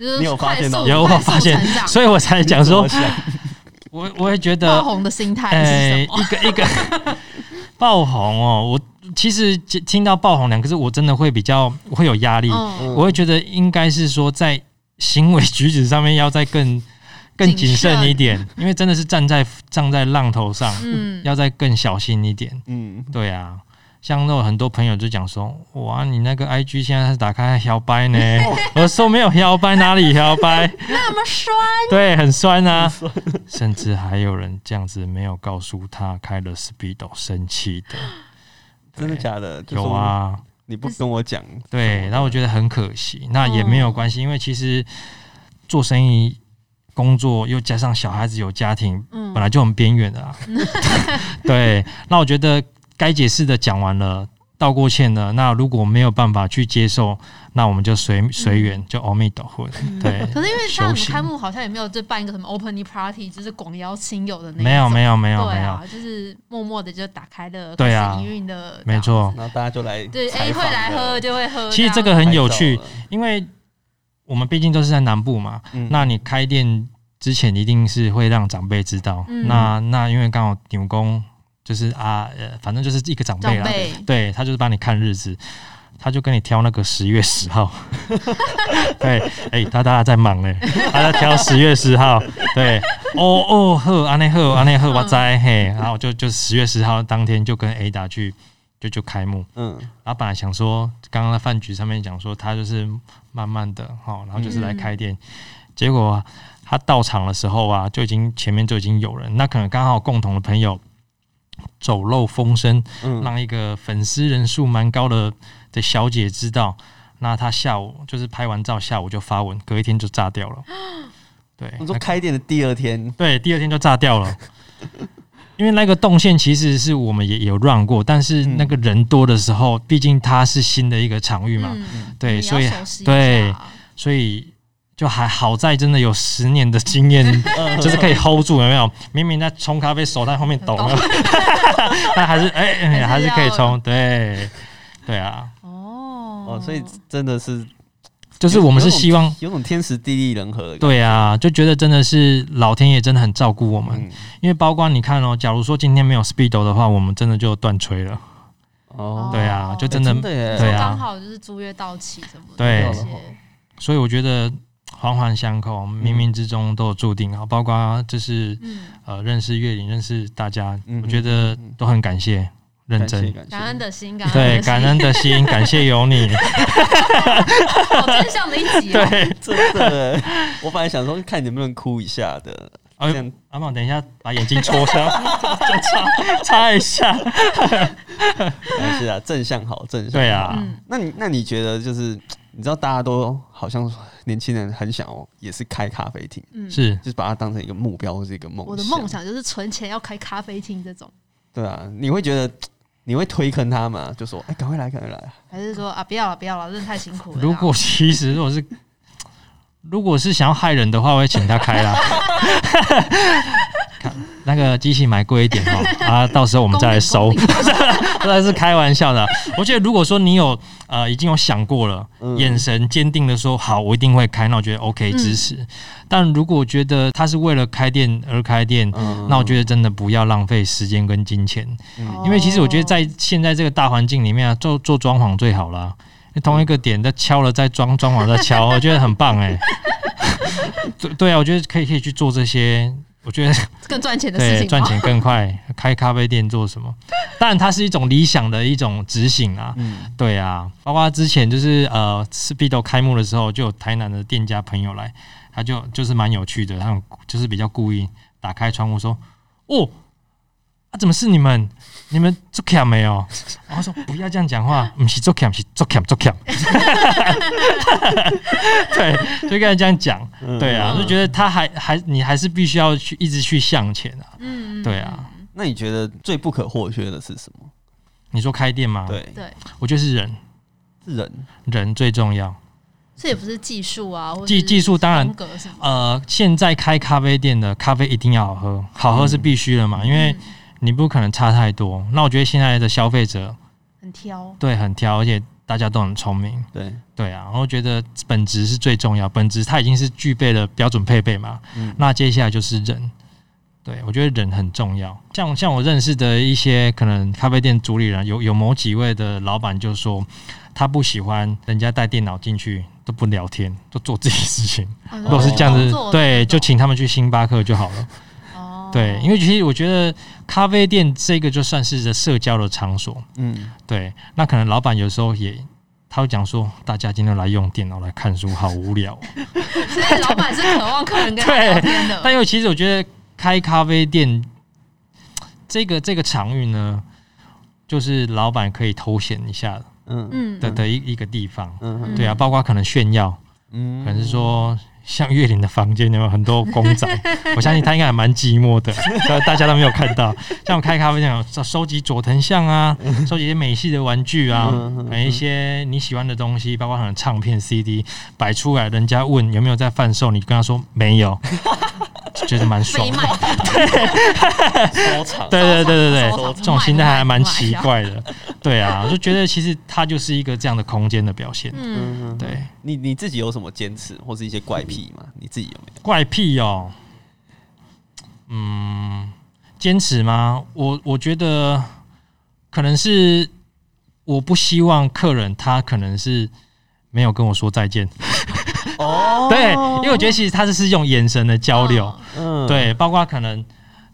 就是
你有发现到
快速
吗
有我
快速
发现
成，长
所以我才讲说，
想，
我我也觉得
爆红的心态是
哎，
什么？
一个一个爆红哦，我其实听听到爆红两个字，我真的会比较会有压力，
嗯，
我会觉得应该是说在行为举止上面要再更更
谨
谨慎
慎
一点，因为真的是站在站在浪头上，
嗯，
要再更小心一点。
嗯，
对啊。像那种很多朋友就讲说，哇，你那个 I G 现在是打开摇摆 呢，我说没有摇摆，哪里摇摆？
那么帅，
对，很酸啊，甚至还有人这样子没有告诉他开了 Speedo 生气的，
真的假的？就
有
说，
啊，
你不跟我讲，
对，然后我觉得很可惜，那
嗯
也没有关系，因为其实做生意、工作又加上小孩子有家庭，
嗯
本来就很边缘的啊，对，那我觉得该解释的讲完了，道过歉的，那如果没有办法去接受，那我们就随
嗯
随缘，就阿弥陀佛。 对，
可是因为像你
修
们
行
开幕好像也没有就办一个什么 opening party，就是广邀亲友的那一种
没有没有没有
对
没有，
啊，就是默默的就打开了，
对啊
开始营运的，
没错。
然后大家就来
这样子，对
采
，A 会
访
来
了
喝就会喝样。
其实这个很有
拍
趣
照，了
因为我们毕竟都是在南部嘛，
嗯
那你开店之前一定是会让长辈知道。
嗯
那那因为刚好牛工就是啊，呃，反正就是一个长
长
辈啦，
辈，
对他就是帮你看日子，他就跟你挑那个十月十号。 对，哎、他大家在忙嘞，他在挑十月十号。对，哦哦呵，安内呵，安内呵，我在嘿，然后就就十月十号当天就跟 Ada 去就就开幕。
嗯
然后本来想说，刚刚在饭局上面讲说他就是慢慢的哦，然后就是来开店，结果啊他到场的时候啊，就已经前面就已经有人，那可能刚好共同的朋友走漏风声，
嗯，
让一个粉丝人数蛮高的的小姐知道，那她下午就是拍完照，下午就发文，隔一天就炸掉了。对，
我说
那
开店的第二天，
对，第二天就炸掉了。 因为那个动线其实是我们也有 run 过，但是那个人多的时候，毕竟它是新的一个场域嘛，
嗯，
对，
你要
所以
熟悉一
对
下
所以就还好在真的有十年的经验，
嗯
就是可以 hold 住，有没有？明明在冲咖啡，手在后面抖，
抖
有没有 但还是哎、哎
还
还
是
是
要
可以冲，对，对啊，
哦
哦，所以真的是
就是我们是希望，
有种天时地利人和的感觉，
对啊，就觉得真的是老天爷真的很照顾我们，
嗯，
因为包括你看哦，假如说今天没有 Speedo 的话，我们真的就断吹了，
哦，
对啊
哦，
就
哎
真的，
真的耶
对
刚
啊，
好就是租约到期什么的
对
这些，
所以我觉得环环相扣，冥冥之中都有注定啊，包括就是
嗯，
呃认识月影，认识大家，
嗯
我觉得都很感谢，认
感谢
真。
感谢
感恩的心，感
对，
的心
感恩的 心，感谢有你。
好正向的一集哦。
对，
真的，欸我本来想说看你能不能哭一下的，
哎
这样
阿茂，等一下把眼睛戳 上，擦擦一下。
没事啊，正向好，正向。
对，啊，
嗯，
那你那你觉得就是你知道大家都好像年轻人很想要也是开咖啡厅，
嗯，
是
就是把它当成一个目标或是一个梦。
我的梦，想就是存钱要开咖啡厅这种，
对啊，你会觉得你会推坑他吗？就说哎，赶快来，赶快来，
还是说啊不要了不要了，真的太辛苦了啦。
如果其实如果是如果是想要害人的话，我会请他开 啦。看那个机器买贵一点哦，啊，到时候我们再来收
公平。
当然是开玩笑的啊。我觉得如果说你有呃已经有想过了，
嗯
眼神坚定的说好，我一定会开，那我觉得 OK
嗯
支持。但如果觉得他是为了开店而开店，
嗯
那我觉得真的不要浪费时间跟金钱，
嗯
因为其实我觉得
哦
在现在这个大环境里面啊，做做装潢最好啦。同一个点再敲了再装，装潢再敲，我觉得很棒 哎、对对啊，我觉得可以可以去做这些，我觉得
更赚钱的事
对
情，
赚。钱更快。 开咖啡店做什么？当然它是一种理想的一种执行啊。
嗯
对啊，包括之前就是呃，Speedo 开幕的时候，就有台南的店家朋友来，他就就是蛮有趣的，他很就是比较故意打开窗户说：“哦，啊，怎么是你们？你们做 cam 没有？” 然后说：“不要这样讲话，不是做 cam，是做 cam 做 cam。” 对，就跟他这样讲，
嗯
对啊，
嗯
就觉得他还还你还是必须要去一直去向前啊。
嗯，嗯
对啊，
那你觉得最不可或缺的是什么？
你说开店吗？，
对，
对，
我觉得是人，
是人，
人最重要。
这也不是技术啊，或者
技
是
技术当然
风格什么，
呃，现在开咖啡店的咖啡一定要好喝，好喝是必须的嘛，因为
嗯
你不可能差太多。那我觉得现在的消费者
很挑。
哦
对很挑，而且大家都很聪明，
对，
对啊。然后觉得本质是最重要，本质它已经是具备了标准配备嘛。
嗯
那接下来就是人，对我觉得人很重要。像像我认识的一些可能咖啡店主理人，有有某几位的老板就说，他不喜欢人家带电脑进去都不聊天，都做自己事情。
哦
如果是这样子，对，
你说工作的那
就。
种
请他们去星巴克就好了。
哦
对， 因为其实我觉得咖啡店这个就算是这社交的场所。
嗯，
对，那可能老板有时候也他会讲说，大家今天来用电脑来看书，好无聊哦。
所以老板是渴望客人跟他
对
聊天的。
但又其实我觉得开咖啡店这个这个场域呢，就是老板可以偷闲一下
嗯
嗯，
啊的的一一个地方。
嗯
对啊，包括可能炫耀，
嗯
可能是说像月玲的房间有没有很多公 仔？我相信她应该还蛮寂寞的，但大家都没有看到。像我开咖啡店，有收集佐藤像啊，
嗯
收集一些美系的玩具啊，买一些你喜欢的东西，包括很唱片、CD 摆出来，人家问有没有在贩售，你跟他说没有，觉得蛮 爽
没
的。
买到，
收藏，
对对对对
收
对，
藏
这种心态还蛮奇
啊
怪的。对啊，我就觉得其实它就是一个这样的空间的表现。
嗯，
嗯，嗯
对，
你你自己有什么坚持或是一些怪癖吗？你自己有没有？
怪癖哦，嗯，坚持吗？我我觉得可能是我不希望客人他可能是没有跟我说再见，
哦
对，因为我觉得其实他是是用眼神的交流，
嗯
对，包括可能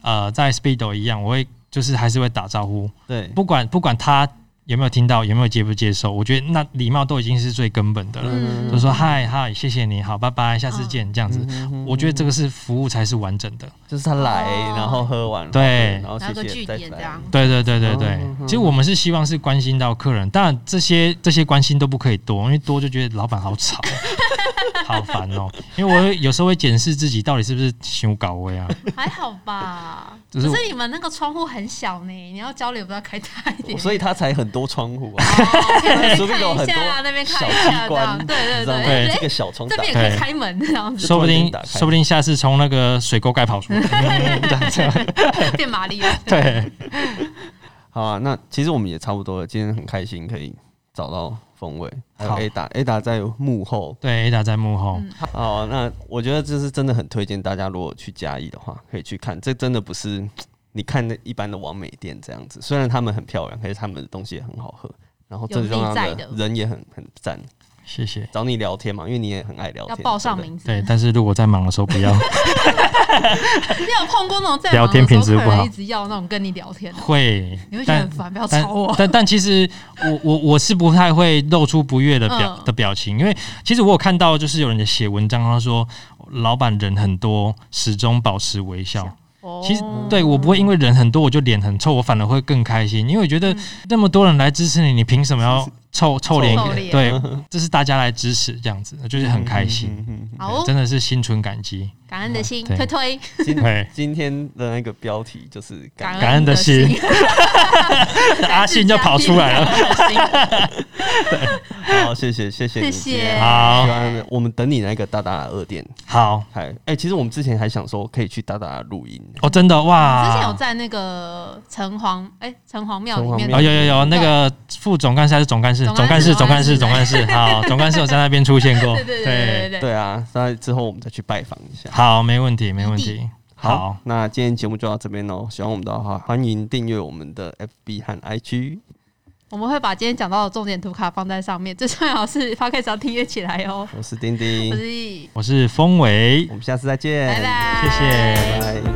呃在 Speedo 一样，我会就是还是会打招呼，
对，
不管不管他有没有听到，有没有接不接受，我觉得那礼貌都已经是最根本的了。
嗯
就说嗨嗨，谢谢你好，拜拜，下次见，这样子，
嗯
我觉得这个是服务才是完整的。
就是他来，
哦
然后喝完，
对
然后
然后
谢
个
谢
据
再
点这
来
样。，
对对对对对
嗯，
其实我们是希望是关心到客人，当然这些这些关心都不可以多，因为多就觉得老板好吵， 好烦哦。因为我有时候会检视自己到底是不是想搞位 啊，
还好吧？
就
可
是我
是你们那个窗户很小呢，你要交流不知道开大一点。
所以他才很多窗户啊，
哦可以那边
说不定有
看
很
一下，啊那
多
边
小
看一下，
机
这样
关，
对对
你知道吗
对，
这
哎
个小窗
这
打
边也
开，
可
对
以开门，这样子
说不定
突然间打开
说不定下次从那个水沟盖跑出 来，这样这样
变马里奥。
对。
好啊。那其实我们也差不多了，今天很开心可以找到风味，还有
好
Ada Ada 在幕后。
对，Ada 在幕后，
好，啊那我觉得这是真的很推荐大家，如果去嘉义的话，可以去看，这真的不是你看那一般的完美店这样子。虽然他们很漂亮，可是他们的东西也很好喝，然后
有
最重要
力在的
人也很很赞。
谢谢。
找你聊天嘛，因为你也很爱聊
要
天，
报上
对不对
名字，
对，但是如果在忙的时候不要，
你有碰过那种在
聊
忙的时
天品
候
质
客
不
人
好
一直要那种跟你聊天的，
会
你会觉得
但
很哦烦，不要
但
吵我。
但但其实我我我是不太会露出不悦的表、
嗯
的表情，因为其实我有看到就是有人写文章，他说老板人很多，始终保持微笑。
哦
其实对我不会因为人很多我就脸很臭，我反而会更开心，因为我觉
嗯
得那么多人来支持你，你凭什么要臭臭脸
臭？脸
对， 这是大家来支持这样子，就是很开心，
嗯嗯嗯
好
对
哦，
真的是心存 感激。
感恩的心，
对
推推，
嗯今，
对
今天的那个标题就是感
感恩的心
感恩的心
阿信就跑出 来了。
了。
恩，好，谢谢谢谢你，
谢谢，
好
希望我们等你那个大大的二店。
好
还哎、其实我们之前还想说可以去大大的录音，
哦，真的哇，
之前有在那个城隍哎城隍庙里面
城
哦，
隍
有有有，那个副总干事还是总干事，总
总
干
干
事
事
总干事总干 事，好，总干事有在那边出现过，
对对对对对对，
对啊，那之后我们再去拜访一下。
好，没问题，没问题，
好
好，，
那今天节目就到这边喽。喜欢我们的话，欢迎订阅我们的 FB 和 IG。
我们会把今天讲到的重点图卡放在上面，最重要的是 p o d c a s 要订阅起来哦。
我是丁丁
嗯
我，是易，
我是风伟
我，们下次再见，
拜拜，
哎谢谢
拜拜